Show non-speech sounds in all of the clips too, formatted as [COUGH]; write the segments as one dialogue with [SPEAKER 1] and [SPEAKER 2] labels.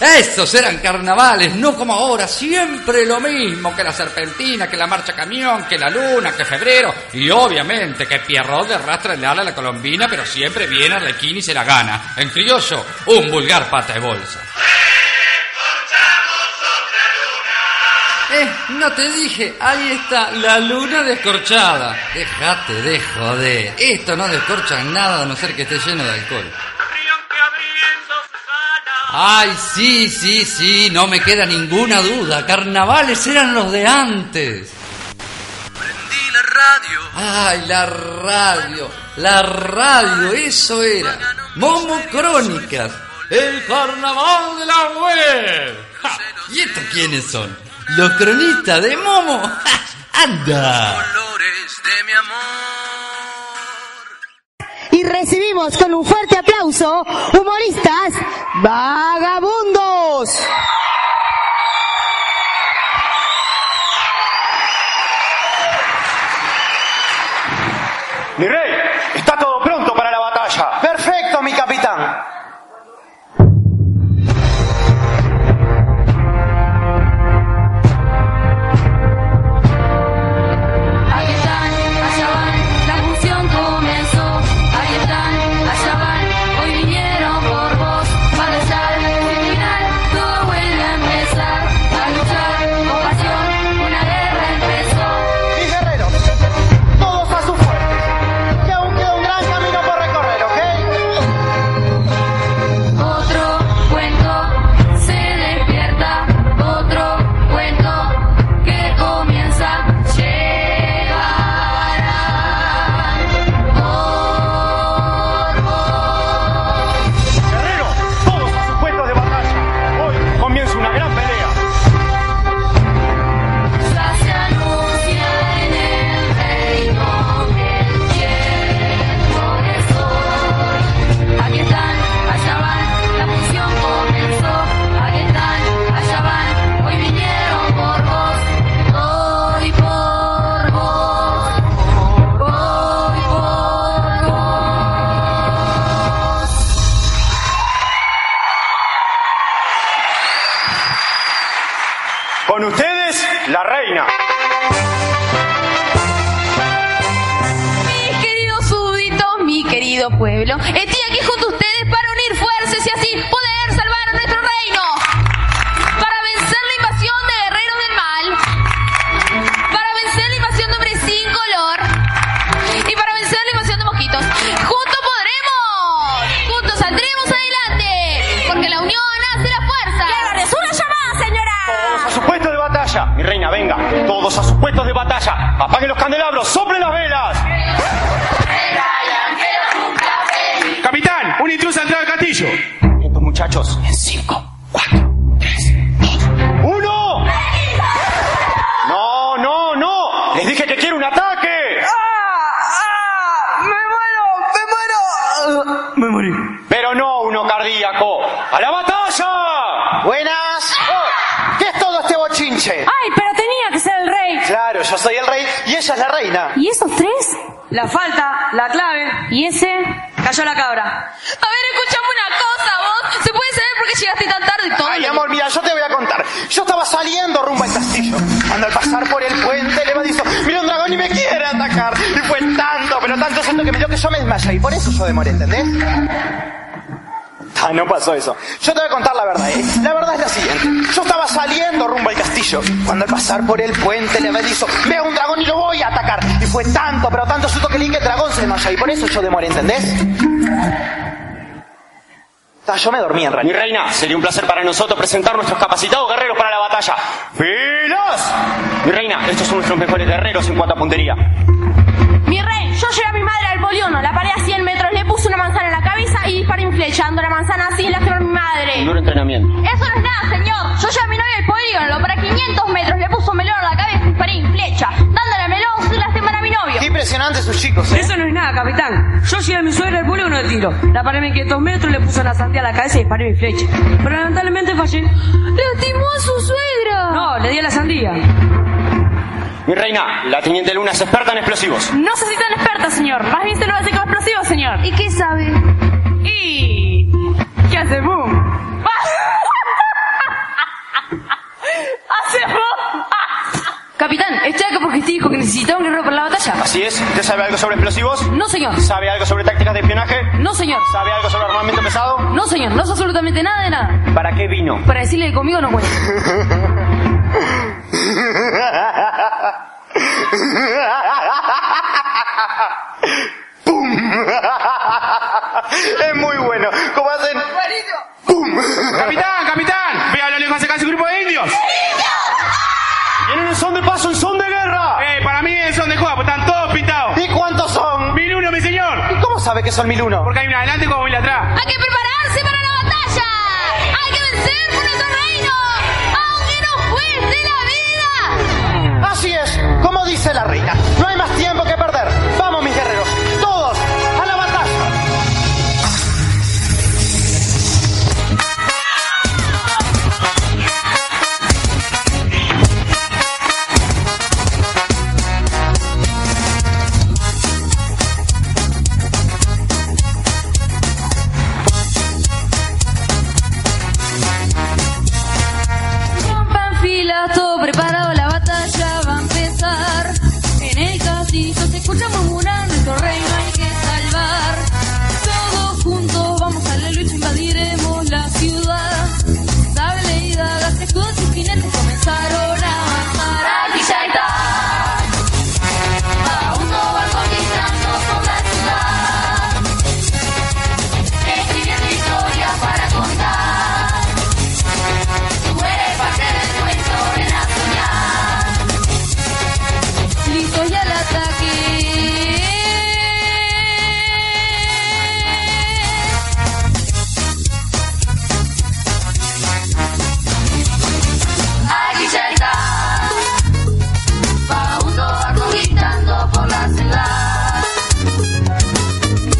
[SPEAKER 1] Estos eran carnavales, no como ahora, siempre lo mismo que la serpentina, que la marcha camión, que la luna, que febrero, y obviamente que Pierrot le arrastra el ala a la colombina, pero siempre viene Arlequín y se la gana. En criollo, un vulgar pata de bolsa. Eh, no te dije, ahí está, la luna descorchada. Déjate de joder, esto no descorcha nada a no ser que esté lleno de alcohol. Ay, sí, sí, sí, no me queda ninguna duda. Carnavales eran los de antes.
[SPEAKER 2] Prendí la radio.
[SPEAKER 1] Ay, la radio, la radio, eso era. Momo Crónicas, el carnaval de la web. Ja, ¿Y estos quiénes son? Los cronistas de Momo. [LAUGHS] Ja, ¡Anda!
[SPEAKER 2] Colores de mi amor.
[SPEAKER 3] y recibimos con un fuerte aplauso humoristas vagabundos.
[SPEAKER 4] Mi rey, está todo pronto para la batalla. Perfecto, mi capitán.
[SPEAKER 5] Ahí están, allá van, la función comenzó. Ahí están, allá van, hoy vinieron por vos. Para estar criminal, todo vuelve a empezar. A luchar con pasión, una guerra empezó.
[SPEAKER 4] Mis guerreros, todos a sus fuertes. Que aún queda un gran camino por recorrer, ¿ok?
[SPEAKER 5] Otro cuento se despierta, otro cuento que comienza llegarán por vos.
[SPEAKER 4] Guerreros, todos a sus puestos de batalla. Hoy comienza una gran pelea.
[SPEAKER 5] Ya se anuncia en el reino el tiempo del sol. Aquí están, allá van, la función comenzó. Aquí están, allá van, hoy vinieron por vos. Hoy por vos. Hoy por vos.
[SPEAKER 4] Con ustedes, la reina.
[SPEAKER 5] Mis queridos súbditos, mi querido pueblo, estoy aquí junto a ustedes para unir fuerzas y así poder salvar a nuestro reino. Para vencer la invasión de guerreros del mal. Para vencer la invasión de hombres sin color. Y para vencer la invasión de mosquitos. Juntos podremos. Juntos saldremos adelante. Porque la unión hace la fuerza. una llamada, señora!
[SPEAKER 4] Todos a sus puestos de batalla. Mi reina, venga. Todos a sus puestos de batalla. Apaguen los candelabros, soplen las velas.
[SPEAKER 6] Capitán, un intruso ha entrado al castillo.
[SPEAKER 4] Estos muchachos, en 5, 4, 3, 2, 1. No, no, no. Les dije que quiero un ataque.
[SPEAKER 6] Me morí.
[SPEAKER 4] Pero no uno cardíaco. ¡A la batalla!
[SPEAKER 7] Buenas. ¿Qué es todo este bochinche?
[SPEAKER 5] Ah.
[SPEAKER 8] ¡Ay, pero tenía que ser el rey!
[SPEAKER 7] Claro, yo soy el rey y ella es la reina.
[SPEAKER 8] ¿Y esos tres? La falta, la clave. ¿Y ese? Cayó la cabra.
[SPEAKER 5] A ver, escuchame una cosa, vos. ¿Se puede saber por qué llegaste tan tarde y todo?
[SPEAKER 7] Ay,
[SPEAKER 5] lo que-
[SPEAKER 7] amor, mira, yo te voy a contar. Yo estaba saliendo rumbo al castillo. Cuando al pasar por el puente, Leva dijo, mira un dragón y me quiere atacar. Y fue tanto, pero tanto siento que me dio que yo me desmayé. Y por eso yo demoré, ¿entendés? Ah, no pasó eso. Yo te voy a contar la verdad, ¿eh? La verdad es la siguiente. Yo estaba saliendo rumbo al castillo. Cuando al pasar por el puente, Leva dijo, veo un dragón y lo voy a atacar. Y fue tanto, pero tanto susto que le di que el dragón se desmayó. Y por eso yo demoré, ¿entendés? Ah, yo me dormí en realidad.
[SPEAKER 4] Mi reina, sería un placer para nosotros presentar nuestros capacitados guerreros para la batalla. ¡Filas! Mi reina, estos son nuestros mejores guerreros en cuanto a puntería.
[SPEAKER 8] Mi rey, yo llevé a mi madre al poliono, la paré a 100 metros, le puse una manzana en la cabeza y disparé un flecha.
[SPEAKER 5] echando la manzana así en la flor mi madre.
[SPEAKER 4] Duro entrenamiento.
[SPEAKER 5] Eso no es nada, señor. Yo ya mi novia al polígono, para 500 metros le puso melón a la cabeza y disparé en flecha. Dándole a melón, se lastimar a mi novio.
[SPEAKER 7] Qué impresionantes sus chicos, ¿eh?
[SPEAKER 8] Eso no es nada, capitán. Yo llegué a mi suegra al polígono de tiro. La paré en 500 metros, le puse una sandía a la cabeza y disparé mi flecha. Pero lamentablemente fallé.
[SPEAKER 5] ¡Lastimó a su suegra!
[SPEAKER 8] No, le di a la sandía.
[SPEAKER 4] Mi reina, la teniente Luna es experta en explosivos.
[SPEAKER 8] No sé si tan experta, señor. Más bien se lo hace con explosivos, señor.
[SPEAKER 5] ¿Y qué sabe?
[SPEAKER 8] Y... ¿Qué hace boom? [LAUGHS] ¡Hace boom! Capitán, ¿está acá porque usted dijo que necesitaba un guerrero para la batalla?
[SPEAKER 4] Así es, ¿usted sabe algo sobre explosivos?
[SPEAKER 8] No, señor.
[SPEAKER 4] ¿Sabe algo sobre tácticas de espionaje?
[SPEAKER 8] No, señor.
[SPEAKER 4] ¿Sabe algo sobre armamento pesado?
[SPEAKER 8] No, señor. No sé absolutamente nada de nada.
[SPEAKER 4] ¿Para qué vino? [LAUGHS]
[SPEAKER 8] Para decirle que conmigo no cuenta.
[SPEAKER 4] [LAUGHS]
[SPEAKER 7] Es muy bueno. ¿Cómo hacen?
[SPEAKER 6] Capitán, capitán. Vea lo lejos casi un grupo de indios.
[SPEAKER 4] ¡Vienen en son de paso, en son de guerra!
[SPEAKER 6] Eh, para mí son de joda, porque están todos pintados.
[SPEAKER 7] ¿Y cuántos son?
[SPEAKER 6] Mil uno, mi señor.
[SPEAKER 7] ¿Y cómo sabe que son mil uno?
[SPEAKER 6] Porque hay una adelante como mil atrás.
[SPEAKER 5] ¡Hay que prepararse para la batalla! ¡Hay que vencer por nuestro reino! ¡Aunque nos cueste la vida!
[SPEAKER 7] Así es, como dice la reina. No hay más tiempo que perder. Vamos, mis guerreros. Todos a la batalla.
[SPEAKER 5] Rompan filas, todo preparado, la batalla va a empezar. En el castillo se escucha murmurar, nuestro reino hay que salvar. Todos juntos vamos a la lucha, invadiremos la ciudad. Sable y dagas, escudos y jinetes comenzaron a avanzar. Aquí ya está. Va un nuevo barco guisando por la ciudad. Escribiendo historias para contar. Tú eres parte del cuento de la ciudad. Listos ya al ataque. Aquí ya está. Paundo va conquistando por la ciudad.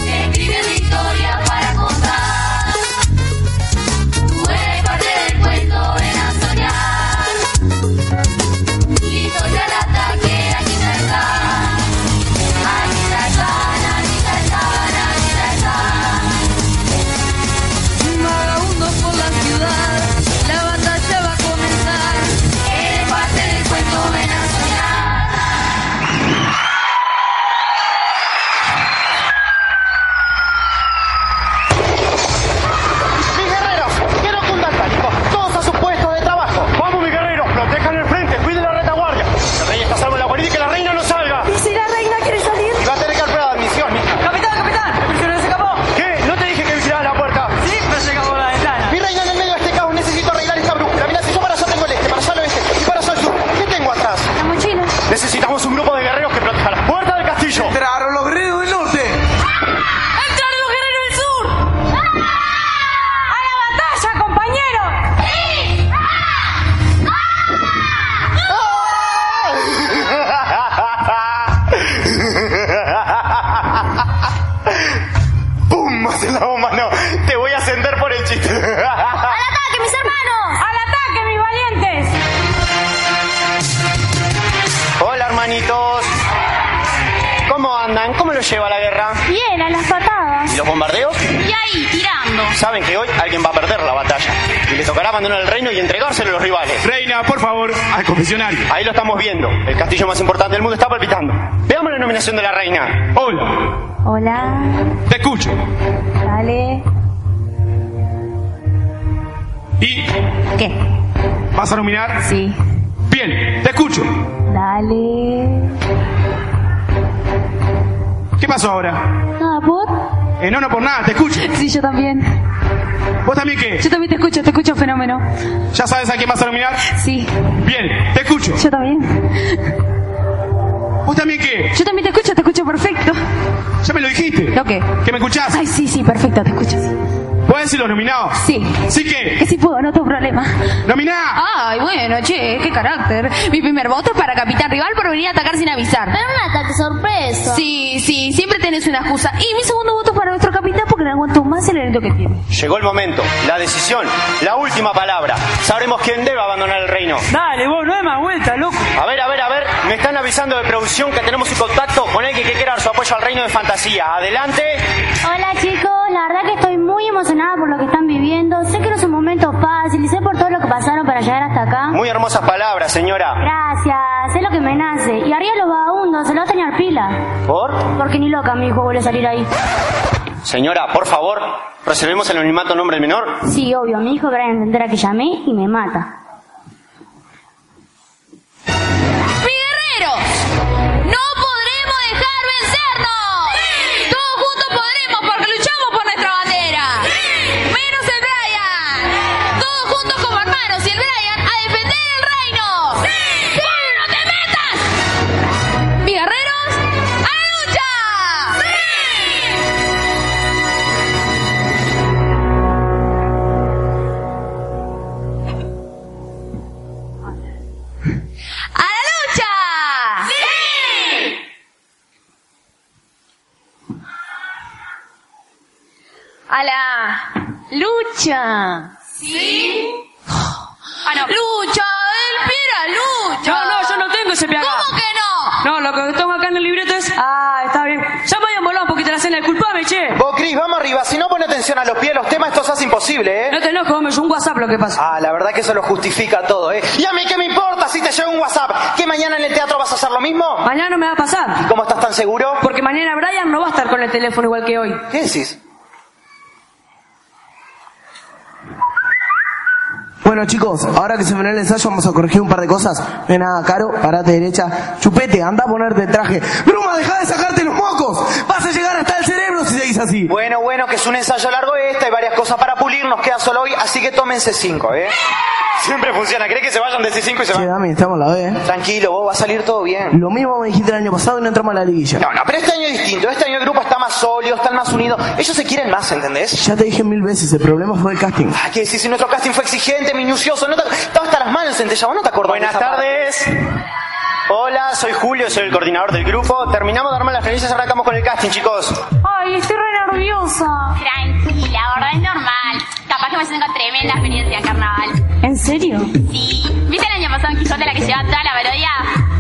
[SPEAKER 5] Escribiendo historias para contar. Tú eres parte del cuento en Azorear. Listo ya el ataque, aquí ya están. Aquí ya están, aquí ya están, aquí ya están. Vagabundos por la ciudad, la batalla va a comenzar. Eres parte del cuento en Azorear.
[SPEAKER 7] Mis guerreros, que no cunda el pánico. Todos a sus puestos de trabajo.
[SPEAKER 4] ¡Vamos, mis guerreros! ¡Protejan el frente! ¡Cuiden la retaguardia! El rey está salvo en la guarida y que la reina no salga!
[SPEAKER 8] ¿Y si la reina quiere salir?
[SPEAKER 7] Y va a tener que dar prueba de admisión, mija.
[SPEAKER 8] Capitán, capitán. El prisionero se escapó.
[SPEAKER 4] ¿Qué? ¿No te dije que vigilaras la puerta?
[SPEAKER 8] Sí, pero se escapó por la ventana.
[SPEAKER 7] Mi reina en el medio de este caos, necesito arreglar esta brújula. Mira, si yo para allá tengo el este, para allá el oeste y para allá el sur. ¿Qué tengo atrás?
[SPEAKER 5] La mochila.
[SPEAKER 4] Necesitamos un grupo de guerreros que proteja las puertas del castillo.
[SPEAKER 2] Entraron los guerreros del norte.
[SPEAKER 8] ¡Entraron los guerreros del sur! ¡Ah! ¡A la batalla, compañeros!
[SPEAKER 4] [LAUGHS] ¡Pum! Hace la bomba, no. Te voy a ascender por el chiste.
[SPEAKER 5] ¡Al ataque, mis hermanos!
[SPEAKER 8] ¡Al ataque, mis valientes!
[SPEAKER 4] Hola, hermanitos. ¿Cómo andan? ¿Cómo lo lleva la guerra?
[SPEAKER 5] Bien, a las
[SPEAKER 4] ¿Y
[SPEAKER 5] patadas.
[SPEAKER 4] los bombardeos?
[SPEAKER 5] Y ahí, tirando.
[SPEAKER 4] Saben que hoy alguien va a perder la batalla. Y le tocará abandonar el reino y entregárselo a los rivales.
[SPEAKER 6] Reina, por favor, al confesionario.
[SPEAKER 4] Ahí lo estamos viendo. El castillo más importante del mundo está palpitando. Veamos la nominación de la reina.
[SPEAKER 6] Hola,
[SPEAKER 5] Hola,
[SPEAKER 6] te escucho.
[SPEAKER 5] vale.
[SPEAKER 6] ¿Y
[SPEAKER 5] ¿Qué?
[SPEAKER 6] vas a nominar?
[SPEAKER 5] Sí.
[SPEAKER 6] Bien, te escucho.
[SPEAKER 5] Dale.
[SPEAKER 6] ¿Qué pasó ahora?
[SPEAKER 5] Nada, ¿por?
[SPEAKER 6] Eh, no, no, por nada, te escucho.
[SPEAKER 8] Sí, yo también.
[SPEAKER 6] ¿Vos también qué?
[SPEAKER 8] Yo también te escucho, te escucho fenómeno.
[SPEAKER 6] ¿Ya sabes a quién vas a nominar?
[SPEAKER 8] Sí,
[SPEAKER 6] Bien, te escucho.
[SPEAKER 8] yo también.
[SPEAKER 6] ¿Vos también qué?
[SPEAKER 8] Yo también te escucho, te escucho perfecto.
[SPEAKER 6] Ya me lo dijiste.
[SPEAKER 8] ¿Lo qué?
[SPEAKER 6] ¿Que me escuchás?
[SPEAKER 8] Ay, sí, sí, perfecto, te escucho. sí.
[SPEAKER 6] Vos decir los nominados?
[SPEAKER 5] Sí.
[SPEAKER 6] ¿Sí qué?
[SPEAKER 5] Que sí puedo, no tengo problema.
[SPEAKER 6] ¡Nominá!
[SPEAKER 5] Ay, bueno, che, qué carácter. Mi primer voto es para capitán rival por venir a atacar sin avisar.
[SPEAKER 9] Pero un ataque sorpresa.
[SPEAKER 5] Sí, sí, siempre tenés una excusa. Y mi segundo voto es para nuestro capitán porque no aguanto más el evento que tiene.
[SPEAKER 4] Llegó el momento, la decisión, la última palabra. Sabremos quién debe abandonar el reino.
[SPEAKER 8] Dale, vos, no hay más vuelta, loco.
[SPEAKER 4] A ver, a ver, a ver, me están avisando de producción que tenemos un contacto con alguien que quiere dar su apoyo al reino de fantasía. Adelante.
[SPEAKER 9] Hola chicos, la verdad que estoy muy emocionada por lo que están viviendo. Sé que no es un momento fácil y sé por todo lo que pasaron para llegar hasta acá.
[SPEAKER 4] Muy hermosas palabras, señora.
[SPEAKER 9] Gracias, es lo que me nace. Y arriba los vagabundos, se lo va a tener pila.
[SPEAKER 4] ¿Por?
[SPEAKER 9] Porque ni loca mi hijo vuelve a salir ahí.
[SPEAKER 4] Señora, por favor, reservemos el anonimato en nombre del menor.
[SPEAKER 9] Sí, obvio, mi hijo Brian tendrá que llamé y me mata.
[SPEAKER 5] ¡Mi guerreros! ¡No podremos dejar vencernos! Todos juntos podremos porque luchamos por nuestra bandera. Menos el Brian. Todos juntos como hermanos y el Brian a defender el reino. ¡Pueblo, no te metas! ¡Mi guerreros, a la lucha! ¡A la lucha! ¡A la lucha! ¿Sí? ¡Lucha! ¡Él pira lucha!
[SPEAKER 8] Ah, No, no, yo no tengo ese piano.
[SPEAKER 5] ¿Cómo que no?
[SPEAKER 8] No, lo que tengo acá en el libreto es. Ah, está bien. Ya me habían volado un poquito la cena, disculpame, che.
[SPEAKER 7] Vos, Cris, vamos arriba. Si no pone atención a los pies, los temas, esto se hace imposible, ¿eh?
[SPEAKER 8] No te enojes, hombre, es un WhatsApp lo que pasa.
[SPEAKER 7] Ah, la verdad que eso lo justifica todo, ¿eh? ¿Y a mí qué me importa si te llega un WhatsApp? ¿Que mañana en el teatro vas a hacer lo mismo?
[SPEAKER 8] Mañana no me va a pasar.
[SPEAKER 7] ¿Cómo estás tan seguro?
[SPEAKER 8] Porque mañana Brian no va a estar con el teléfono igual que hoy.
[SPEAKER 7] ¿Qué decís?
[SPEAKER 10] Bueno chicos, ahora que se me el ensayo vamos a corregir un par de cosas. Ven nada, Caro, parate derecha. Chupete, anda a ponerte el traje. Bruma, deja de sacarte los mocos. Vas a llegar hasta el cerebro si seguís así.
[SPEAKER 7] Bueno, bueno, que es un ensayo largo este, hay varias cosas para pulir, nos queda solo hoy, así que tómense cinco, ¿eh?
[SPEAKER 4] Siempre funciona. ¿Cree que se vayan de C5 y se
[SPEAKER 10] Che,
[SPEAKER 4] van?
[SPEAKER 10] dame, estamos a la B, eh.
[SPEAKER 7] Tranquilo, vos, va a salir todo bien.
[SPEAKER 10] Lo mismo me dijiste el año pasado y no entramos a la liguilla.
[SPEAKER 7] No, no, pero este año es distinto, este año el grupo está más sólido, están más unidos, ellos se quieren más, ¿entendés?
[SPEAKER 10] Ya te dije mil veces, el problema fue el casting.
[SPEAKER 7] Ah, que decir si nuestro casting fue exigente, minucioso, no te... estaba hasta las manos en centella, vos no te acordás. de
[SPEAKER 4] Buenas
[SPEAKER 7] esa parte.
[SPEAKER 4] tardes. Hola, soy Julio, soy el coordinador del grupo. Terminamos de armar las reuniones, ahora estamos con el casting, chicos.
[SPEAKER 8] Ay, estoy re nerviosa.
[SPEAKER 9] Tranquila, ahora es normal. Capaz que me siento tremenda experiencia en carnaval.
[SPEAKER 8] ¿En serio?
[SPEAKER 9] Sí. ¿Viste el año pasado en Quijote la que llevaba toda la melodía?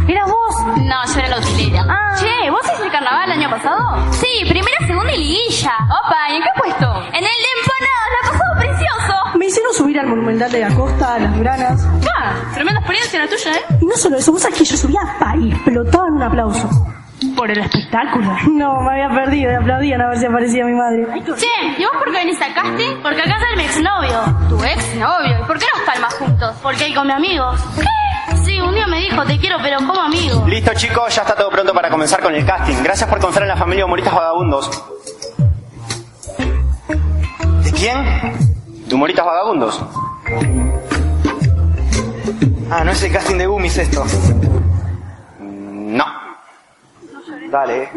[SPEAKER 8] ¿Eras vos? Ah.
[SPEAKER 9] No, yo era la utilera. Che, ¿vos hiciste el carnaval el año pasado? Sí, primera, segunda y liguilla. Opa, ¿y en qué puesto? En el de empanadas, la pasó precioso.
[SPEAKER 8] Me hicieron subir al Monumental de la Costa, a las granas.
[SPEAKER 5] Ah, tremenda experiencia la tuya, ¿eh?
[SPEAKER 8] Y no solo eso, vos sabés que yo subía y explotaba en un aplauso.
[SPEAKER 5] Por el espectáculo.
[SPEAKER 8] No, me había perdido y aplaudían a ver si aparecía mi madre.
[SPEAKER 9] Che, ¿y vos por qué venís al casting? Porque acá está mi exnovio.
[SPEAKER 5] Tu ex novio. ¿Y por qué no están más juntos?
[SPEAKER 9] Porque él come amigos. ¿Qué? Sí, un día me dijo, te quiero, pero como amigo.
[SPEAKER 4] Listo, chicos, ya está todo pronto para comenzar con el casting. Gracias por confiar en la familia Humoristas Vagabundos. ¿De quién? De Humoristas Vagabundos.
[SPEAKER 7] Ah, no es el casting de Goomies esto.
[SPEAKER 4] No.
[SPEAKER 7] Dale. eh.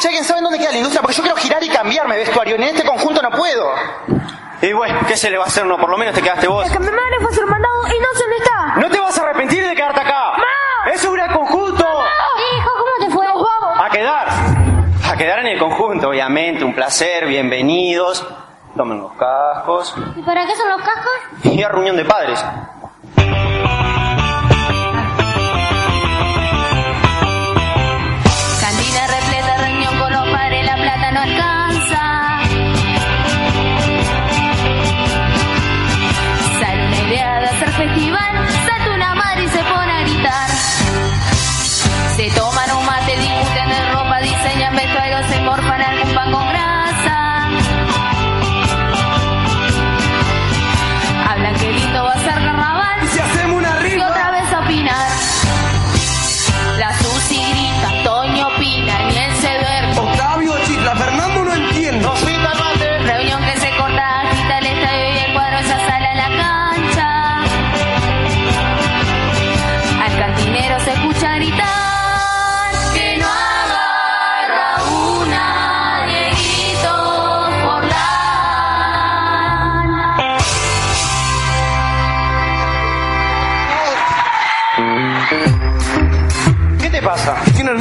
[SPEAKER 7] Che, ¿quién sabe dónde queda la industria? Porque yo quiero girar y cambiarme de vestuario, y en este conjunto no puedo.
[SPEAKER 4] Y bueno, ¿qué se le va a hacer? No, por lo menos te quedaste vos.
[SPEAKER 9] mi madre fue a su mandado y no se lo está.
[SPEAKER 4] No te vas a arrepentir de quedarte acá. ¡Eso es un gran conjunto!
[SPEAKER 9] Hijo, ¿cómo te fue?
[SPEAKER 4] A quedar. A quedar en el conjunto, obviamente. Un placer, bienvenidos. Tomen los cascos.
[SPEAKER 9] ¿Y para qué son los cascos?
[SPEAKER 4] Y a reunión de padres.
[SPEAKER 5] Cantina repleta, reunión con los padres, la plata no alcanza. Sale una idea de hacer festival, salta una madre y se pone a gritar. Se toman un mate, discuten de ropa, diseñan vestuarios, se morfan algún pan con grasa. Hablan que lindo va a ser carnaval.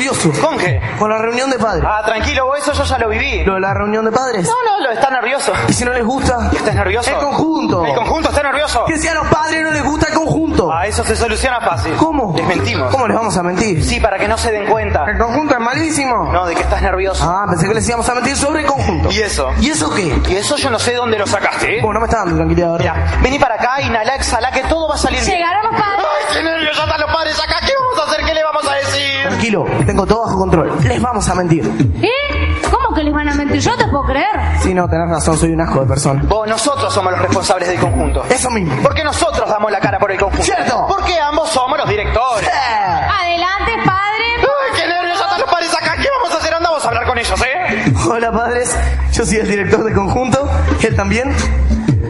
[SPEAKER 10] eso.
[SPEAKER 7] ¿Con qué?
[SPEAKER 10] Con la reunión de padres.
[SPEAKER 7] Ah, tranquilo, vos eso yo ya lo viví.
[SPEAKER 10] ¿Lo de la reunión de padres?
[SPEAKER 7] No, no, lo está nervioso.
[SPEAKER 10] ¿Y si no les gusta?
[SPEAKER 7] ¿Estás nervioso?
[SPEAKER 10] El conjunto.
[SPEAKER 7] El conjunto está nervioso.
[SPEAKER 10] Que si a los padres no les gusta el conjunto.
[SPEAKER 7] Ah, eso se soluciona fácil.
[SPEAKER 10] ¿Cómo?
[SPEAKER 7] Les mentimos.
[SPEAKER 10] ¿Cómo les vamos a mentir?
[SPEAKER 7] Sí, para que no se den cuenta.
[SPEAKER 10] El conjunto es malísimo.
[SPEAKER 7] No, de que estás nervioso.
[SPEAKER 10] Ah, pensé que les íbamos a mentir sobre el conjunto.
[SPEAKER 7] ¿Y eso?
[SPEAKER 10] ¿Y eso qué?
[SPEAKER 7] Y eso yo no sé dónde lo sacaste, ¿eh?
[SPEAKER 10] Bueno, no me está dando tranquilidad ahora.
[SPEAKER 7] Mira, vení para acá, inhalá, exhalá, que todo va a salir bien.
[SPEAKER 9] Llegaron los padres.
[SPEAKER 7] ¡Ay, qué nervios! Ya están los padres acá. ¿Qué vamos a hacer? ¿Qué le vamos a decir?
[SPEAKER 10] Tranquilo, tengo todo bajo control. Les vamos a mentir.
[SPEAKER 9] ¿Eh? ¿Cómo que les van a mentir? Yo te puedo creer.
[SPEAKER 10] Sí, no, tenés razón, soy un asco de persona.
[SPEAKER 7] Vos, nosotros somos los responsables del conjunto.
[SPEAKER 10] Eso mismo.
[SPEAKER 7] Porque nosotros damos la cara por el conjunto.
[SPEAKER 10] Cierto.
[SPEAKER 7] Porque ambos somos los directores.
[SPEAKER 9] Adelante, padre.
[SPEAKER 7] ¡Ay, qué nervios! Ya están los padres acá. ¿Qué vamos a hacer? Andamos a hablar con ellos, ¿eh?
[SPEAKER 10] Hola padres, yo soy el director de conjunto, él también.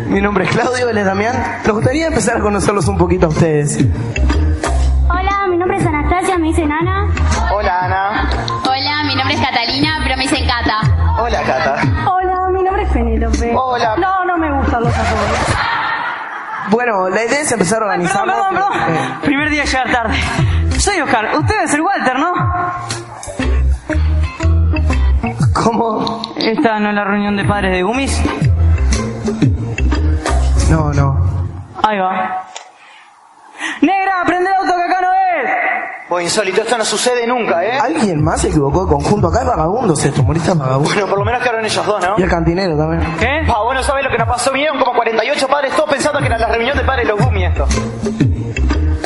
[SPEAKER 10] Mi nombre es Claudio, él es Damián. Nos gustaría empezar a conocerlos un poquito a ustedes.
[SPEAKER 11] Hola, mi nombre es Anastasia, me dicen Ana.
[SPEAKER 7] Hola, Ana.
[SPEAKER 9] Hola, mi nombre es Catalina, pero me dicen Cata.
[SPEAKER 7] Hola, Cata.
[SPEAKER 11] Hola, mi nombre es Penélope.
[SPEAKER 7] Hola.
[SPEAKER 11] No, no me gustan los apodos.
[SPEAKER 10] Bueno, la idea es empezar a
[SPEAKER 8] Perdón,
[SPEAKER 10] organizarnos.
[SPEAKER 8] perdón,
[SPEAKER 10] pero,
[SPEAKER 8] perdón. Primer día llegar tarde. Soy Oscar, usted es el Walter, ¿no?
[SPEAKER 10] eh, ¿Cómo?
[SPEAKER 8] Esta no es la reunión de padres de Gumis.
[SPEAKER 10] No, no.
[SPEAKER 8] Ahí va. Negra, prende el auto que acá no es.
[SPEAKER 7] Bueno, insólito, esto no sucede nunca, ¿eh?
[SPEAKER 10] ¿Alguien más se equivocó de conjunto? Acá hay vagabundos estos, moristas vagabundos.
[SPEAKER 7] Bueno, por lo menos quedaron ellos dos, ¿no?
[SPEAKER 10] Y el cantinero también.
[SPEAKER 8] ¿Qué?
[SPEAKER 7] Ah, bueno, ¿sabes lo que nos pasó? Vinieron como 48 padres todos pensando que era la reunión de padres los Gumi esto.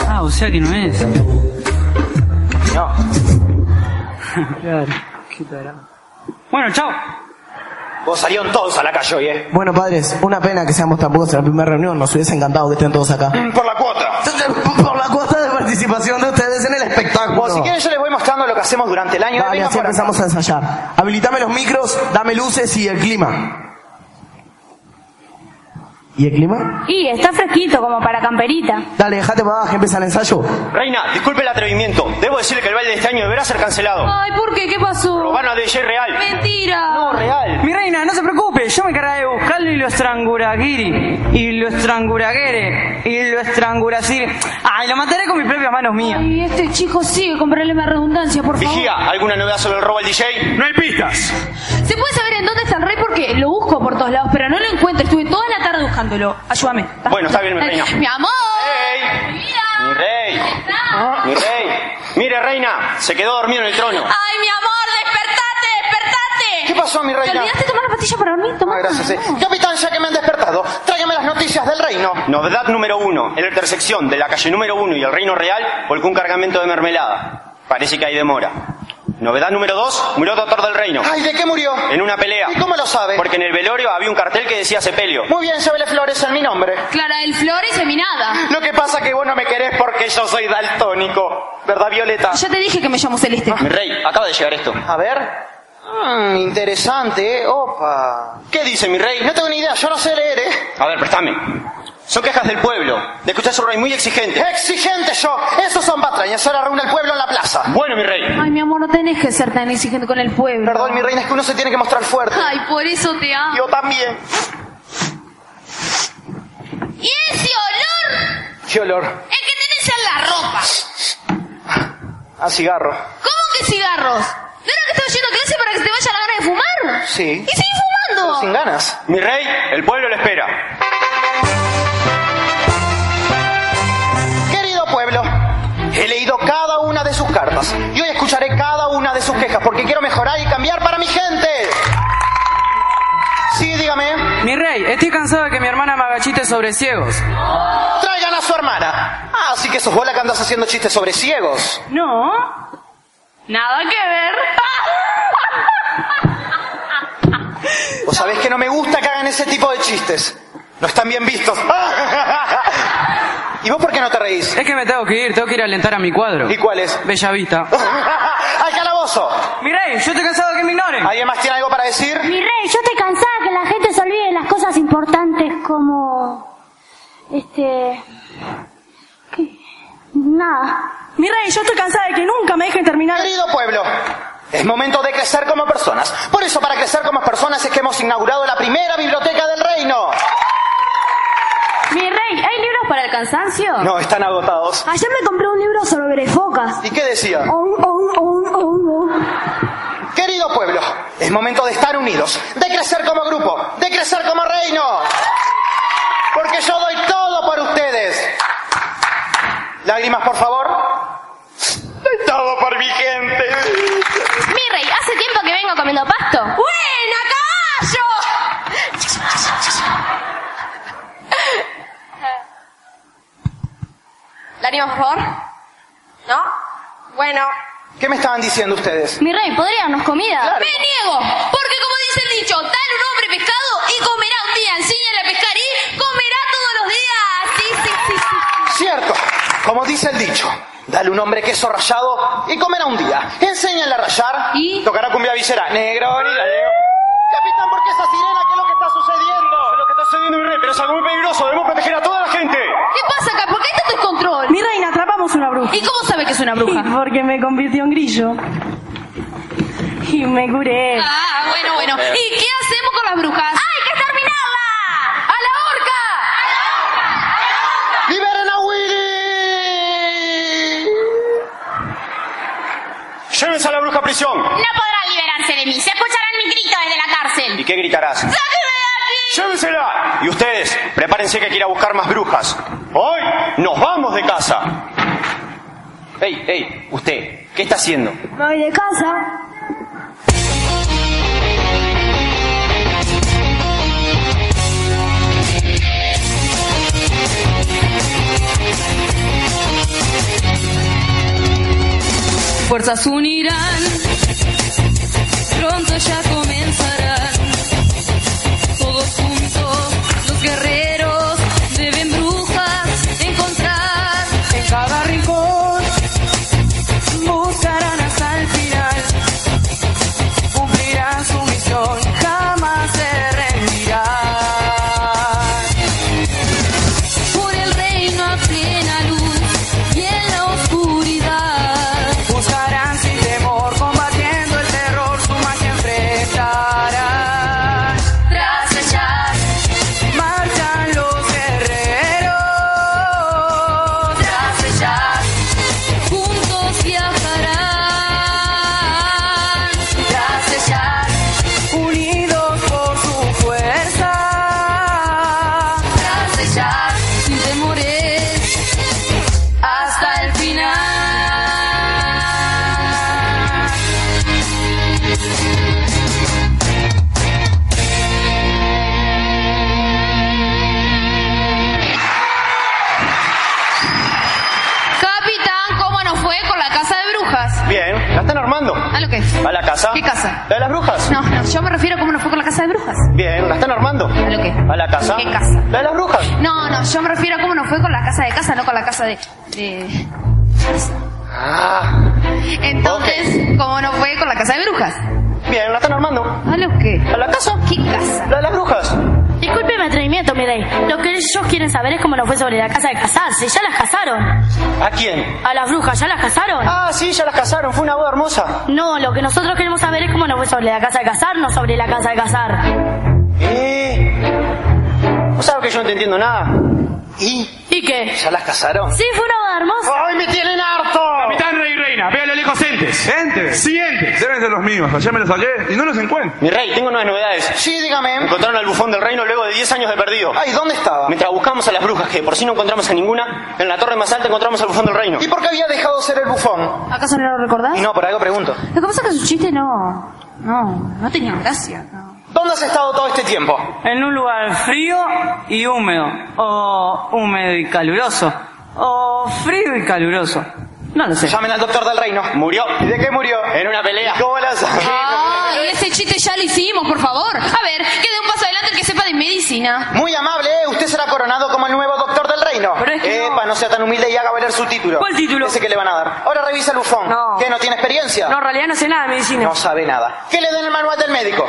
[SPEAKER 8] Ah, o sea que no es.
[SPEAKER 7] No.
[SPEAKER 8] Claro, qué Bueno, chao.
[SPEAKER 7] Vos salieron todos a la calle hoy, ¿eh?
[SPEAKER 10] Bueno, padres, una pena que seamos tan pocos en la primera reunión. Nos hubiese encantado que estén todos acá.
[SPEAKER 7] Por la cuota.
[SPEAKER 10] Por la cuota de participación de ustedes en el espectáculo.
[SPEAKER 7] Bueno, si quieren yo les voy mostrando lo que hacemos durante el año.
[SPEAKER 10] Vale,
[SPEAKER 7] Vengan
[SPEAKER 10] así
[SPEAKER 7] por acá.
[SPEAKER 10] empezamos a ensayar. Habilitame los micros, dame luces y el clima. ¿Y el clima?
[SPEAKER 9] Y está fresquito como para camperita.
[SPEAKER 10] Dale, dejate para abajo, empieza el ensayo.
[SPEAKER 7] Reina, disculpe el atrevimiento. Debo decirle que el baile de este año deberá ser cancelado.
[SPEAKER 5] Ay, ¿por qué? ¿Qué pasó?
[SPEAKER 7] Urbano de DJ Real.
[SPEAKER 5] Mentira.
[SPEAKER 7] No, real.
[SPEAKER 8] Mi reina, no se preocupe, yo me encargaré de buscarlo y lo estranguragiri. Y lo estranguraguere. Y lo estranguraciri. Ay, lo mataré con mis propias manos mías.
[SPEAKER 5] Y este chico sigue con problemas de redundancia, por favor.
[SPEAKER 7] Vigía, ¿alguna novedad sobre el robo al DJ?
[SPEAKER 6] No hay pistas.
[SPEAKER 5] ¿Se puede saber en dónde está el rey? Porque lo busco por todos lados, pero no lo encuentro. Estuve toda la tarde buscándolo. Ayúdame. ¿tá?
[SPEAKER 7] Bueno, está bien, mi reina.
[SPEAKER 5] Eh, Mi amor.
[SPEAKER 7] ¡Ey! Mi
[SPEAKER 5] Mira.
[SPEAKER 7] rey. Mi rey. Mire, reina, se quedó dormido en el trono.
[SPEAKER 5] Ay, mi amor, despertate, despertate.
[SPEAKER 7] ¿Qué pasó, mi
[SPEAKER 5] ¿Te
[SPEAKER 7] reina?
[SPEAKER 5] olvidaste tomar la pastilla para dormir?
[SPEAKER 7] Ah,
[SPEAKER 5] Toma.
[SPEAKER 7] gracias, sí. Capitán, ya que me han despertado, tráigame las noticias del reino. Novedad número uno. En la intersección de la calle número uno y el reino real, volcó un cargamento de mermelada. Parece que hay demora. Novedad número dos. Murió doctor del reino.
[SPEAKER 12] Ay, ¿de qué murió?
[SPEAKER 7] En una pelea.
[SPEAKER 12] ¿Y cómo lo sabe?
[SPEAKER 7] Porque en el velorio había un cartel que decía sepelio.
[SPEAKER 12] Muy bien, llévele flores en mi nombre.
[SPEAKER 5] Clara del Flores, seminada.
[SPEAKER 7] Lo que pasa que vos no me querés porque yo soy daltónico. ¿Verdad, Violeta?
[SPEAKER 5] Ya te dije que me llamo Celeste.
[SPEAKER 8] Ah.
[SPEAKER 7] Mi rey, acaba de llegar esto.
[SPEAKER 12] A ver. Mm, interesante, ¿eh? Opa.
[SPEAKER 7] ¿Qué dice mi rey?
[SPEAKER 12] No tengo ni idea, yo no sé leer, ¿eh?
[SPEAKER 7] A ver, préstame. Son quejas del pueblo. De escuchar a su rey muy exigente.
[SPEAKER 12] Exigente yo. Esos son patrañas. Ahora reúne el pueblo en la plaza.
[SPEAKER 7] Bueno, mi rey.
[SPEAKER 5] Ay, mi amor, no tenés que ser tan exigente con el pueblo.
[SPEAKER 12] Perdón, mi reina, es que uno se tiene que mostrar fuerte.
[SPEAKER 5] Ay, por eso te amo.
[SPEAKER 12] Yo también.
[SPEAKER 9] ¿Y ese olor?
[SPEAKER 12] Qué olor.
[SPEAKER 9] El que tenés en la ropa.
[SPEAKER 12] A cigarro.
[SPEAKER 9] ¿Cómo que cigarros? ¿No era que estaba yendo a clase para que se te vaya la gana de fumar?
[SPEAKER 12] Sí.
[SPEAKER 9] ¿Y sigue fumando?
[SPEAKER 12] Sin ganas.
[SPEAKER 7] Mi rey, el pueblo le espera.
[SPEAKER 12] Querido pueblo, he leído cada una de sus cartas y hoy escucharé cada una de sus quejas porque quiero mejorar y cambiar para mi gente. Sí, dígame.
[SPEAKER 8] Mi rey, estoy cansado de que mi hermana me haga chistes sobre ciegos.
[SPEAKER 12] Traigan a su hermana. Ah, así que sos vos la que andás haciendo chistes sobre ciegos.
[SPEAKER 8] No.
[SPEAKER 9] Nada que ver.
[SPEAKER 12] Vos sabés que no me gusta que hagan ese tipo de chistes.
[SPEAKER 7] No están bien vistos.
[SPEAKER 12] [LAUGHS] ¿Y vos por qué no te reís?
[SPEAKER 8] Es que me tengo que ir, tengo que ir a alentar a mi cuadro.
[SPEAKER 7] ¿Y cuál es?
[SPEAKER 8] Bella Vista.
[SPEAKER 12] [LAUGHS] ¡Al calabozo!
[SPEAKER 8] Mi rey, yo estoy cansado de que me ignoren.
[SPEAKER 12] ¿Alguien más tiene algo para decir?
[SPEAKER 11] Mi rey, yo estoy cansada que la gente se olvide de las cosas importantes como... Este... ¿qué? Nada.
[SPEAKER 8] Mi rey, yo estoy cansada de que nunca me dejen terminar.
[SPEAKER 12] Querido pueblo, es momento de crecer como personas. Por eso, para crecer como personas es que hemos inaugurado la primera biblioteca del reino.
[SPEAKER 9] Mi rey, ¿hay libros para el cansancio?
[SPEAKER 12] No, están agotados.
[SPEAKER 11] Ayer me compré un libro sobre focas.
[SPEAKER 12] ¿Y qué decía?
[SPEAKER 11] Oh, oh, oh, oh, oh.
[SPEAKER 7] Es momento de estar unidos, de crecer como grupo, de crecer como reino. Porque yo doy todo por ustedes. Lágrimas, por favor. Doy todo por mi gente.
[SPEAKER 13] Mi rey, hace tiempo que vengo comiendo pasto.
[SPEAKER 5] ¡Buena, caballo!
[SPEAKER 13] ¿Lágrimas, por favor? ¿No? Bueno.
[SPEAKER 7] ¿Qué me estaban diciendo ustedes?
[SPEAKER 13] Mi rey, ¿podría darnos comida?
[SPEAKER 7] Claro.
[SPEAKER 5] Me niego, porque como dice el dicho, dale un hombre pescado y comerá un día, enséñale a pescar y comerá todos los días. Sí, sí, sí, sí.
[SPEAKER 7] Cierto, como dice el dicho. Dale un hombre queso rayado y comerá un día. Enséñale a rayar. Y tocará cumbia visera. Negro, ni la leo. Capitán, ¿por qué esa sirena? ¿Qué es lo que está sucediendo?
[SPEAKER 14] Sé lo que está sucediendo, mi rey, pero es algo muy peligroso. Debemos proteger a toda la gente.
[SPEAKER 5] ¿Qué pasa acá? ¿Por qué hay tanto descontrol?
[SPEAKER 10] Mi reina, atrapamos una bruja.
[SPEAKER 5] ¿Y cómo sabe que es una bruja?
[SPEAKER 10] Y Porque me convirtió en grillo. Y me curé.
[SPEAKER 5] Ah, bueno, bueno. ¿Y qué hacemos con las brujas?
[SPEAKER 13] ¡Hay que exterminarla!
[SPEAKER 5] ¡A la horca!
[SPEAKER 7] ¡Liberen a Willy!
[SPEAKER 14] Llévense a la bruja a prisión.
[SPEAKER 13] No podrán liberarse de mí. Se escucharán mi grito desde la
[SPEAKER 14] ¿Y
[SPEAKER 13] cárcel.
[SPEAKER 14] qué gritarás?
[SPEAKER 13] ¡Sáquenme de aquí!
[SPEAKER 14] ¡Llévensela! Y ustedes, prepárense que hay que ir a buscar más brujas. ¡Hoy nos vamos de casa! ¡Ey, ey! Usted, ¿qué está haciendo?
[SPEAKER 8] Me voy de casa.
[SPEAKER 5] Fuerzas unirán, pronto ya comenzarán. Todos juntos, los guerreros deben brujas encontrar.
[SPEAKER 10] En cada rincón buscarán hasta el final. Cumplirán su misión, jamás se rendirán.
[SPEAKER 5] Por el reino a plena luz y en la oscuridad.
[SPEAKER 10] Buscarán sin temor, combatiendo el terror, su magia enfrentarán.
[SPEAKER 5] Tras echar,
[SPEAKER 10] Marchan los guerreros.
[SPEAKER 5] tras echar, juntos viajarán. Tras echar,
[SPEAKER 10] unidos por su fuerza.
[SPEAKER 5] tras echar, sin temores, hasta el final. Capitán, ¿cómo nos fue con la casa de brujas?
[SPEAKER 14] Bien, la están armando.
[SPEAKER 13] Ah,
[SPEAKER 5] ¿A lo que?
[SPEAKER 14] ¿A la casa?
[SPEAKER 5] ¿Qué casa?
[SPEAKER 14] ¿La de las brujas?
[SPEAKER 5] No, no, yo me refiero a cómo nos fue con la casa de brujas.
[SPEAKER 14] Bien, la están armando.
[SPEAKER 5] ¿A lo qué?
[SPEAKER 14] ¿A la casa?
[SPEAKER 5] ¿Qué casa?
[SPEAKER 14] ¿La de las brujas?
[SPEAKER 5] No, no, yo me refiero a cómo nos fue con la casa de casa, no con la casa de... de-
[SPEAKER 14] Ah,
[SPEAKER 5] Entonces, ¿cómo nos fue con la casa de brujas?
[SPEAKER 14] bien, la están armando.
[SPEAKER 5] ¿A lo qué?
[SPEAKER 14] ¿A la casa?
[SPEAKER 5] ¿Qué casa?
[SPEAKER 14] ¿La de las brujas?
[SPEAKER 8] Disculpe mi atrevimiento, mi rey. Lo que ellos quieren saber es cómo nos fue sobre la casa de casarse. Ya las casaron.
[SPEAKER 14] ¿A quién?
[SPEAKER 8] A las brujas, ¿ya las casaron?
[SPEAKER 14] Ah, sí, ya las casaron. Fue una boda hermosa.
[SPEAKER 8] No, lo que nosotros queremos saber es cómo nos fue sobre la casa de casar, no sobre la casa de casar.
[SPEAKER 14] ¿Eh? ¿Vos sabés que yo no te entiendo nada? ¿Y?
[SPEAKER 8] ¿Y qué?
[SPEAKER 14] ¿Ya las casaron?
[SPEAKER 8] Sí, fue una boda hermosa.
[SPEAKER 7] ¡Ay, me tienen harto!
[SPEAKER 15] Capitán, rey y reina, ve a lo lejos entes.
[SPEAKER 6] Entes.
[SPEAKER 15] Siguientes.
[SPEAKER 6] Deben de los míos. Ayer me los saqué y no los encuentro.
[SPEAKER 14] Mi rey, tengo nuevas novedades.
[SPEAKER 7] Sí, dígame.
[SPEAKER 14] Encontraron al bufón del reino luego de 10 años de perdido.
[SPEAKER 7] Ay, ¿dónde estaba?
[SPEAKER 14] Mientras buscamos a las brujas, que por si no encontramos a ninguna, en la torre más alta encontramos al bufón del reino.
[SPEAKER 7] ¿Y por qué había dejado ser el bufón?
[SPEAKER 5] ¿Acaso no lo recordás?
[SPEAKER 7] Y no, por algo pregunto.
[SPEAKER 5] Lo que pasa es que su chiste no... No, no tenía gracia, no.
[SPEAKER 7] ¿Dónde has estado todo este tiempo?
[SPEAKER 10] En un lugar frío y húmedo, o húmedo y caluroso, o frío y caluroso. No lo sé.
[SPEAKER 7] Llamen al doctor del reino.
[SPEAKER 14] Murió.
[SPEAKER 7] ¿Y de qué murió?
[SPEAKER 14] En una pelea.
[SPEAKER 7] ¿Cómo la
[SPEAKER 8] Ah.
[SPEAKER 7] sabe?
[SPEAKER 5] Ay, ese chiste ya lo hicimos, por favor. A ver, que dé un paso adelante el que sepa de medicina.
[SPEAKER 7] Muy amable, ¿eh? Usted será coronado como el nuevo doctor del reino.
[SPEAKER 10] Pero es que no.
[SPEAKER 7] Epa, no sea tan humilde y haga valer su título.
[SPEAKER 10] ¿Cuál título?
[SPEAKER 7] Ese que le van a dar. Ahora revisa el bufón.
[SPEAKER 10] No.
[SPEAKER 7] ¿Qué, no tiene experiencia?
[SPEAKER 10] No, en realidad no sé nada de medicina.
[SPEAKER 7] No sabe nada. ¿Qué le den el manual del médico?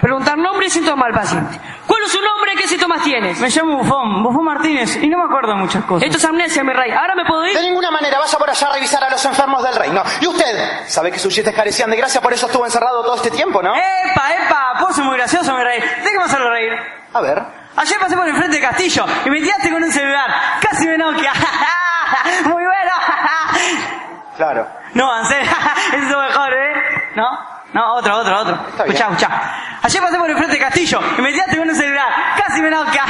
[SPEAKER 10] Preguntar nombre y síntoma al paciente. ¿Cuál es su nombre? ¿Qué síntomas tienes? Me llamo Bufón, Bufón Martínez, y no me acuerdo muchas cosas. Esto es amnesia, mi rey. ¿Ahora me puedo ir?
[SPEAKER 7] De ninguna manera, vaya por allá a revisar a los enfermos del reino. Y usted, sabe que sus chistes carecían de gracia, por eso estuvo encerrado todo este tiempo, ¿no?
[SPEAKER 10] ¿Eh? ¡Epa, epa! Vos sos muy gracioso, mi rey. Déjame hacerlo reír.
[SPEAKER 7] A ver.
[SPEAKER 10] Ayer pasé por el frente de Castillo y me tiraste con un celular. Casi me noquia. [LAUGHS] ¡Muy bueno! [LAUGHS]
[SPEAKER 7] Claro.
[SPEAKER 10] No, Ansel, eso es mejor, ¿eh? ¿No? No, otro, otro, otro. Escuchá, escuchá. Ayer pasé por el frente del castillo y me tiraste con un celular. Casi me nauca.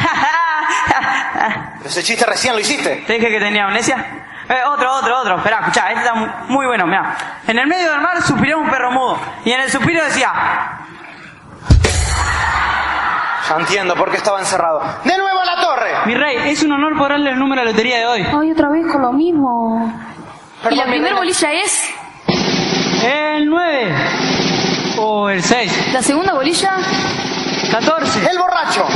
[SPEAKER 7] Pero ese chiste recién lo hiciste.
[SPEAKER 10] [LAUGHS] ¿Te dije que tenía amnesia? Eh, otro, otro, otro. Esperá, escuchá, este está mu- muy bueno, mirá. En el medio del mar suspiró un perro mudo. Y en el suspiro decía,
[SPEAKER 7] Ya entiendo por qué estaba encerrado. ¡De nuevo a la torre!
[SPEAKER 10] mi rey, es un honor por darle el número de la lotería de hoy.
[SPEAKER 9] Hoy otra vez con lo mismo.
[SPEAKER 8] Y la primera bolilla es.
[SPEAKER 10] El 9. O el 6.
[SPEAKER 8] La segunda bolilla.
[SPEAKER 10] 14.
[SPEAKER 7] El borracho.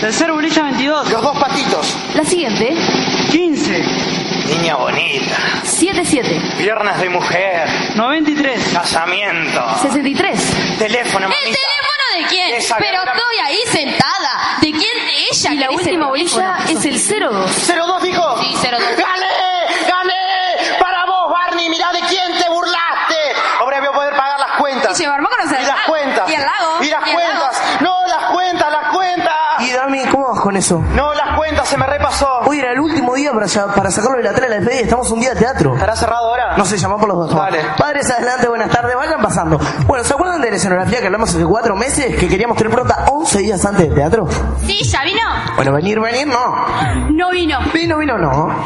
[SPEAKER 10] Tercer bolilla 22.
[SPEAKER 7] Los dos patitos.
[SPEAKER 8] La siguiente.
[SPEAKER 10] 15.
[SPEAKER 7] Niña bonita.
[SPEAKER 8] 77.
[SPEAKER 7] Piernas de mujer.
[SPEAKER 10] 93.
[SPEAKER 7] Casamiento.
[SPEAKER 8] 63.
[SPEAKER 7] Teléfono,
[SPEAKER 8] ¿El
[SPEAKER 7] mamita.
[SPEAKER 8] teléfono de quién?
[SPEAKER 7] Esa
[SPEAKER 8] Pero
[SPEAKER 7] gran-
[SPEAKER 8] estoy ahí sentada. ¿De quién de ella? Y la última bolilla es el 02.
[SPEAKER 7] 02 dijo.
[SPEAKER 8] Sí, 02.
[SPEAKER 7] ¡Gané! ¡Gané! ¡Para vos, Barney! ¡Mirá de quién te burlaste! Ahora voy a poder pagar las cuentas.
[SPEAKER 8] Y llevarme a conocer
[SPEAKER 7] Y
[SPEAKER 8] el
[SPEAKER 7] las
[SPEAKER 8] lago.
[SPEAKER 7] cuentas.
[SPEAKER 8] Y el lago.
[SPEAKER 7] Y las
[SPEAKER 8] Y el
[SPEAKER 7] cuentas. No, las cuentas, las cuentas.
[SPEAKER 16] Y Dami, ¿cómo vas con eso?
[SPEAKER 7] No, las cuentas, se me repasó.
[SPEAKER 16] Hoy era el último día para, ya- para sacarlo de la tela de la despedida. Estamos un día de teatro.
[SPEAKER 7] ¿Estará cerrado ahora?
[SPEAKER 16] No sé, llamó por los dos. toma.
[SPEAKER 7] Dale.
[SPEAKER 16] Padres, adelante, buenas tardes, vayan pasando. Bueno, ¿se acuerdan de la escenografía que hablamos hace cuatro meses? Que queríamos tener pronta 11 días antes del teatro.
[SPEAKER 5] Sí, ya vino.
[SPEAKER 16] Bueno, venir, venir, no.
[SPEAKER 5] No vino.
[SPEAKER 16] Vino, vino, no.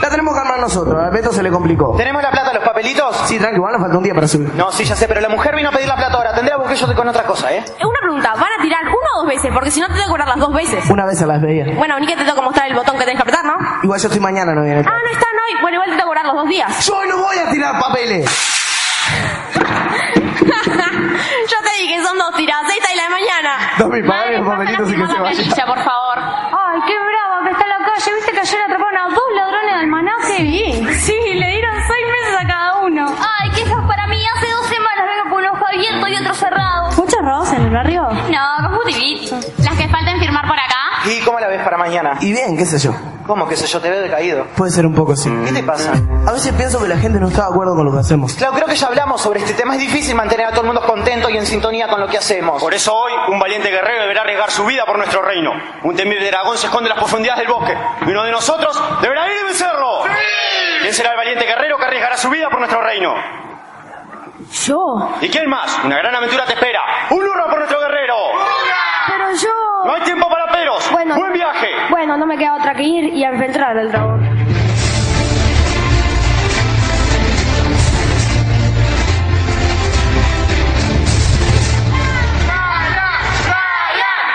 [SPEAKER 16] La tenemos que armar nosotros, a Beto se le complicó.
[SPEAKER 7] ¿Tenemos la plata, los papelitos?
[SPEAKER 16] Sí, tranquilo, nos falta un día para subir.
[SPEAKER 7] No, sí, ya sé, pero la mujer vino a pedir la plata ahora. Tendrá que yo estoy con otra cosa, ¿eh?
[SPEAKER 17] Eh, Una pregunta, ¿van a tirar una o dos veces? Porque si no te tengo que cobrar las dos veces.
[SPEAKER 16] Una vez a las veía.
[SPEAKER 17] Bueno, ni que te tengo que mostrar el botón que tenés que apretar, ¿no? Ah,
[SPEAKER 16] Igual yo estoy mañana, no viene.
[SPEAKER 10] Ah,
[SPEAKER 17] no está, no hay. Bueno, igual te tengo que cobrar los dos días.
[SPEAKER 16] Yo no voy a tirar papeles.
[SPEAKER 17] [LAUGHS] Yo te dije, son dos tiradas, esta y la de mañana.
[SPEAKER 16] Dame, pagame los papelitos y que se vaya.
[SPEAKER 8] Bolilla, por favor.
[SPEAKER 9] Ay, qué brava que está la calle. ¿Viste que ayer atraparon a dos ladrones del manaje? Sí. le dieron seis meses a cada uno.
[SPEAKER 5] Ay, que eso es para mí. Hace dos semanas vengo con un ojo abierto y otro cerrado.
[SPEAKER 9] ¿Muchos robos en el barrio?
[SPEAKER 5] No, confundí. Las que faltan firmar por acá.
[SPEAKER 7] ¿Y cómo la ves para mañana?
[SPEAKER 16] Y bien, qué sé yo.
[SPEAKER 7] ¿Cómo que sé yo? Te veo decaído.
[SPEAKER 16] Puede ser un poco así.
[SPEAKER 7] ¿Qué te pasa?
[SPEAKER 16] A veces pienso que la gente no está de acuerdo con lo que hacemos.
[SPEAKER 7] Claro, creo que ya hablamos sobre este tema. Es difícil mantener a todo el mundo contento y en sintonía con lo que hacemos.
[SPEAKER 6] Por eso hoy un valiente guerrero deberá arriesgar su vida por nuestro reino. Un temible dragón se esconde en las profundidades del bosque. Y uno de nosotros deberá ir y vencerlo. ¿Quién será el valiente guerrero que arriesgará su vida por nuestro reino?
[SPEAKER 9] Yo.
[SPEAKER 6] ¿Y quién más? Una gran aventura te espera. ¡Un hurra por nuestro guerrero!
[SPEAKER 9] Pero yo.
[SPEAKER 6] ¡No hay tiempo para peros!
[SPEAKER 9] Bueno.
[SPEAKER 6] ¡Buen viaje!
[SPEAKER 9] Bueno, no me queda otra que ir y enfrentar al dragón.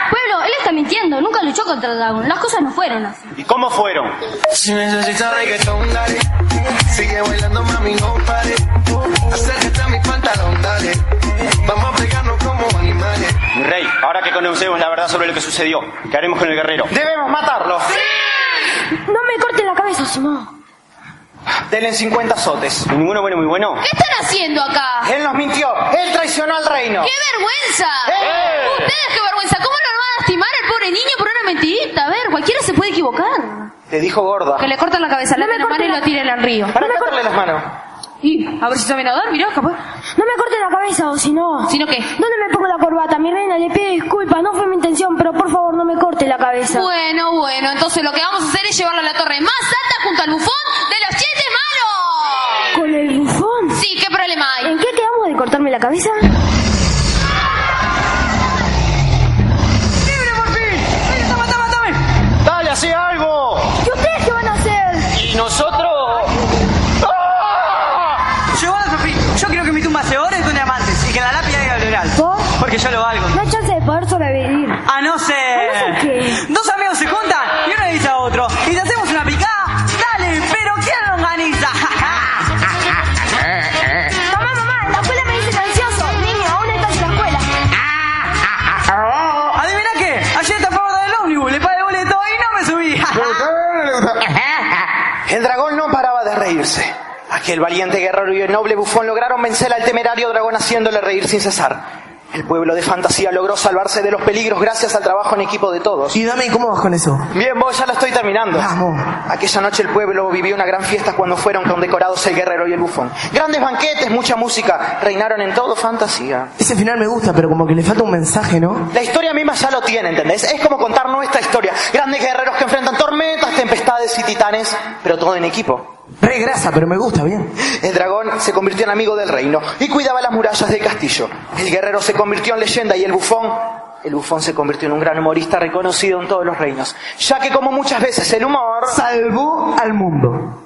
[SPEAKER 5] Pueblo, él está mintiendo. Nunca luchó contra el dragón. Las cosas no fueron así.
[SPEAKER 6] ¿Y cómo fueron?
[SPEAKER 18] Si necesitas reggaetón, dale. Sigue bailando, mami, no pare. Acércate a mi pantalón, dale. Vamos a pegarnos como animales.
[SPEAKER 6] Mi rey, ahora que conocemos la verdad sobre lo que sucedió, ¿qué haremos con el guerrero?
[SPEAKER 7] Debemos matarlo.
[SPEAKER 9] No me corten la cabeza, si no.
[SPEAKER 7] Denle 50 azotes.
[SPEAKER 6] ¿Y ninguno bueno muy bueno?
[SPEAKER 5] ¿Qué están haciendo acá?
[SPEAKER 7] Él nos mintió. Él traicionó al reino.
[SPEAKER 5] ¡Qué vergüenza!
[SPEAKER 7] ¡Eh!
[SPEAKER 5] ¡Ustedes qué vergüenza! ¿Cómo lo van a lastimar al pobre niño por una mentirita? A ver, cualquiera se puede equivocar.
[SPEAKER 7] Te dijo gorda.
[SPEAKER 8] Que le cortan la cabeza
[SPEAKER 9] No
[SPEAKER 8] al
[SPEAKER 9] me
[SPEAKER 8] hermano
[SPEAKER 9] corten
[SPEAKER 8] y
[SPEAKER 9] la-
[SPEAKER 8] lo tiran al río.
[SPEAKER 7] Para cortarle las manos.
[SPEAKER 8] Y a ver si saben nadar, mirá, capaz.
[SPEAKER 9] No me corten la cabeza, o si no.
[SPEAKER 8] ¿Si no qué?
[SPEAKER 9] ¿Dónde me pongo la corbata? Mi reina, le pido disculpas. No fue mi intención, pero por favor no me corte la cabeza.
[SPEAKER 5] Bueno, bueno, entonces lo que vamos a hacer es llevarlo a la torre más alta junto al bufón de los chistes malos.
[SPEAKER 9] ¿Con el bufón?
[SPEAKER 5] Sí, ¿qué problema hay?
[SPEAKER 9] ¿En qué quedamos de cortarme la cabeza?
[SPEAKER 10] ¡Libre por fin! ¡Ay, toma, toma, toma!
[SPEAKER 7] Dale, hace algo.
[SPEAKER 9] ¿Y ustedes qué van a hacer?
[SPEAKER 7] Y nosotros. ¡Ah!
[SPEAKER 10] Llevalo, Sofía. Yo quiero que mi tumba se ore con diamantes y que en la lápida diga Gloral.
[SPEAKER 9] ¿Vos?
[SPEAKER 10] Porque yo lo valgo.
[SPEAKER 9] No hay chance de poder sobrevivir.
[SPEAKER 10] A no ser.
[SPEAKER 9] ¿A no ser qué?
[SPEAKER 10] Dos amigos se juntan y uno le dice a otro. Y te hacemos una picada. Dale, pero ¿quién lo
[SPEAKER 9] [LAUGHS]
[SPEAKER 10] organiza?
[SPEAKER 9] Mamá, mamá, la escuela me dice ansioso. Niño, aún estás en la escuela.
[SPEAKER 10] Adivina qué. Ayer te favor del ómnibus. Le pagué el boleto y no me subí.
[SPEAKER 7] El dragón no paraba de reírse. Aquel valiente guerrero y el noble bufón lograron vencer al temerario dragón haciéndole reír sin cesar. El pueblo de fantasía logró salvarse de los peligros gracias al trabajo en equipo de todos.
[SPEAKER 16] Y Dami, ¿cómo vas con eso?
[SPEAKER 7] Bien, vos ya lo estoy terminando.
[SPEAKER 16] Vamos.
[SPEAKER 7] Aquella noche el pueblo vivió una gran fiesta cuando fueron condecorados el guerrero y el bufón. Grandes banquetes, mucha música, reinaron en todo fantasía.
[SPEAKER 16] Ese final me gusta, pero como que le falta un mensaje, ¿no?
[SPEAKER 7] La historia misma ya lo tiene, ¿entendés? Es como contar nuestra historia. Grandes guerreros que enfrentan tormentas, tempestades y titanes, pero todo en equipo.
[SPEAKER 19] Re grasa, pero me gusta bien.
[SPEAKER 7] El dragón se convirtió en amigo del reino y cuidaba las murallas del castillo. El guerrero se convirtió en leyenda y el bufón. El bufón se convirtió en un gran humorista reconocido en todos los reinos, ya que como muchas veces el humor
[SPEAKER 19] salvó al mundo.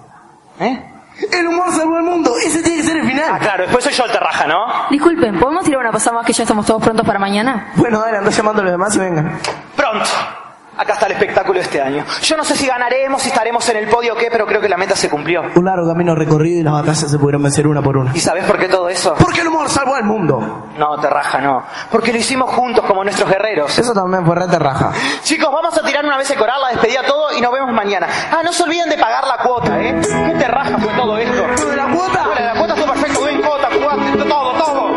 [SPEAKER 7] ¿Eh?
[SPEAKER 19] El humor salvó al mundo, ese tiene que ser el final.
[SPEAKER 7] Ah, claro, después soy yo el terraja, ¿no?
[SPEAKER 20] Disculpen, ¿podemos tirar una pasada más que ya estamos todos prontos para mañana?
[SPEAKER 19] Bueno, dale, ando llamando a los demás y vengan.
[SPEAKER 7] Pronto. Acá está el espectáculo de este año. Yo no sé si ganaremos, si estaremos en el podio o qué, pero creo que la meta se cumplió.
[SPEAKER 19] Un largo camino recorrido y las batallas se pudieron vencer una por una.
[SPEAKER 7] ¿Y sabes por qué todo eso?
[SPEAKER 19] Porque el humor salvó al mundo.
[SPEAKER 7] No, terraja, no. Porque lo hicimos juntos como nuestros guerreros.
[SPEAKER 19] Eso también fue re terraja.
[SPEAKER 7] Chicos, vamos a tirar una vez el coral, la despedida todo y nos vemos mañana. Ah, no se olviden de pagar la cuota, ¿eh? ¿Qué terraja fue todo esto?
[SPEAKER 19] ¿Lo de la cuota?
[SPEAKER 7] Bueno, la cuota fue perfecto, doy cuota, jugaste, todo, todo.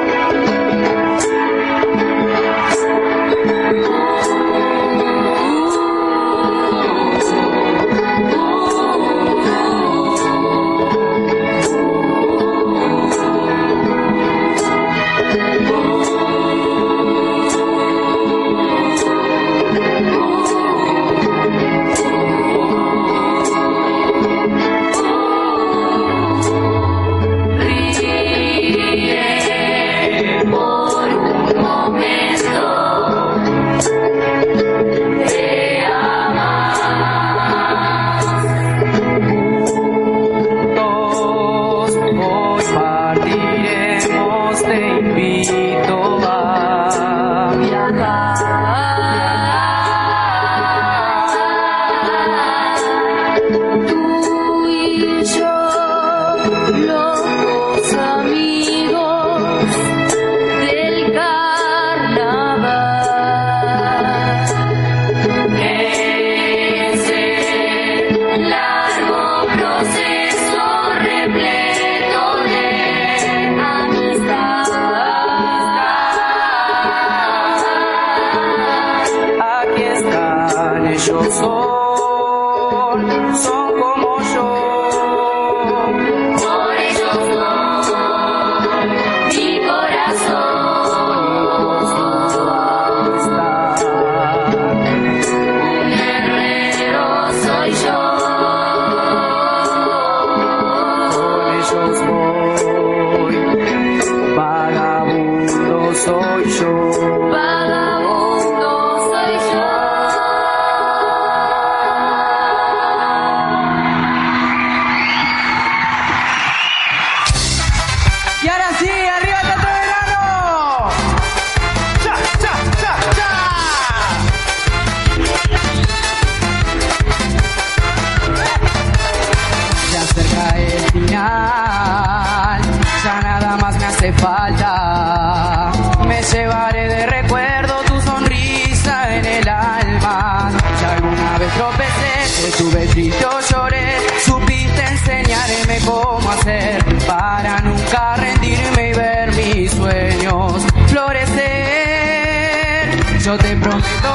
[SPEAKER 8] Ríe por un momento, te
[SPEAKER 10] Todos hoy partiremos, te invito a
[SPEAKER 8] amaba. Tú y yo, locos amigos del carnaval. Ese largo proceso repleto de amistad.
[SPEAKER 10] Aquí están ellos son, son como yo.
[SPEAKER 8] Por ellos son mi corazón. Un guerrero soy yo.
[SPEAKER 10] Por ellos voy, vagabundo soy yo.
[SPEAKER 8] Vagabundo soy yo.
[SPEAKER 10] Y ahora sí, arriba está todo verano.
[SPEAKER 7] ¡Cha, cha, cha, cha!
[SPEAKER 10] Ya cerca el final, ya nada más me hace falta. Me llevaré de recuerdo tu sonrisa en el alma. Si alguna vez tropecé, estuve triste o lloré, supiste enseñarme cómo hacer para nunca rendirme y ver mis sueños florecer. Yo te prometo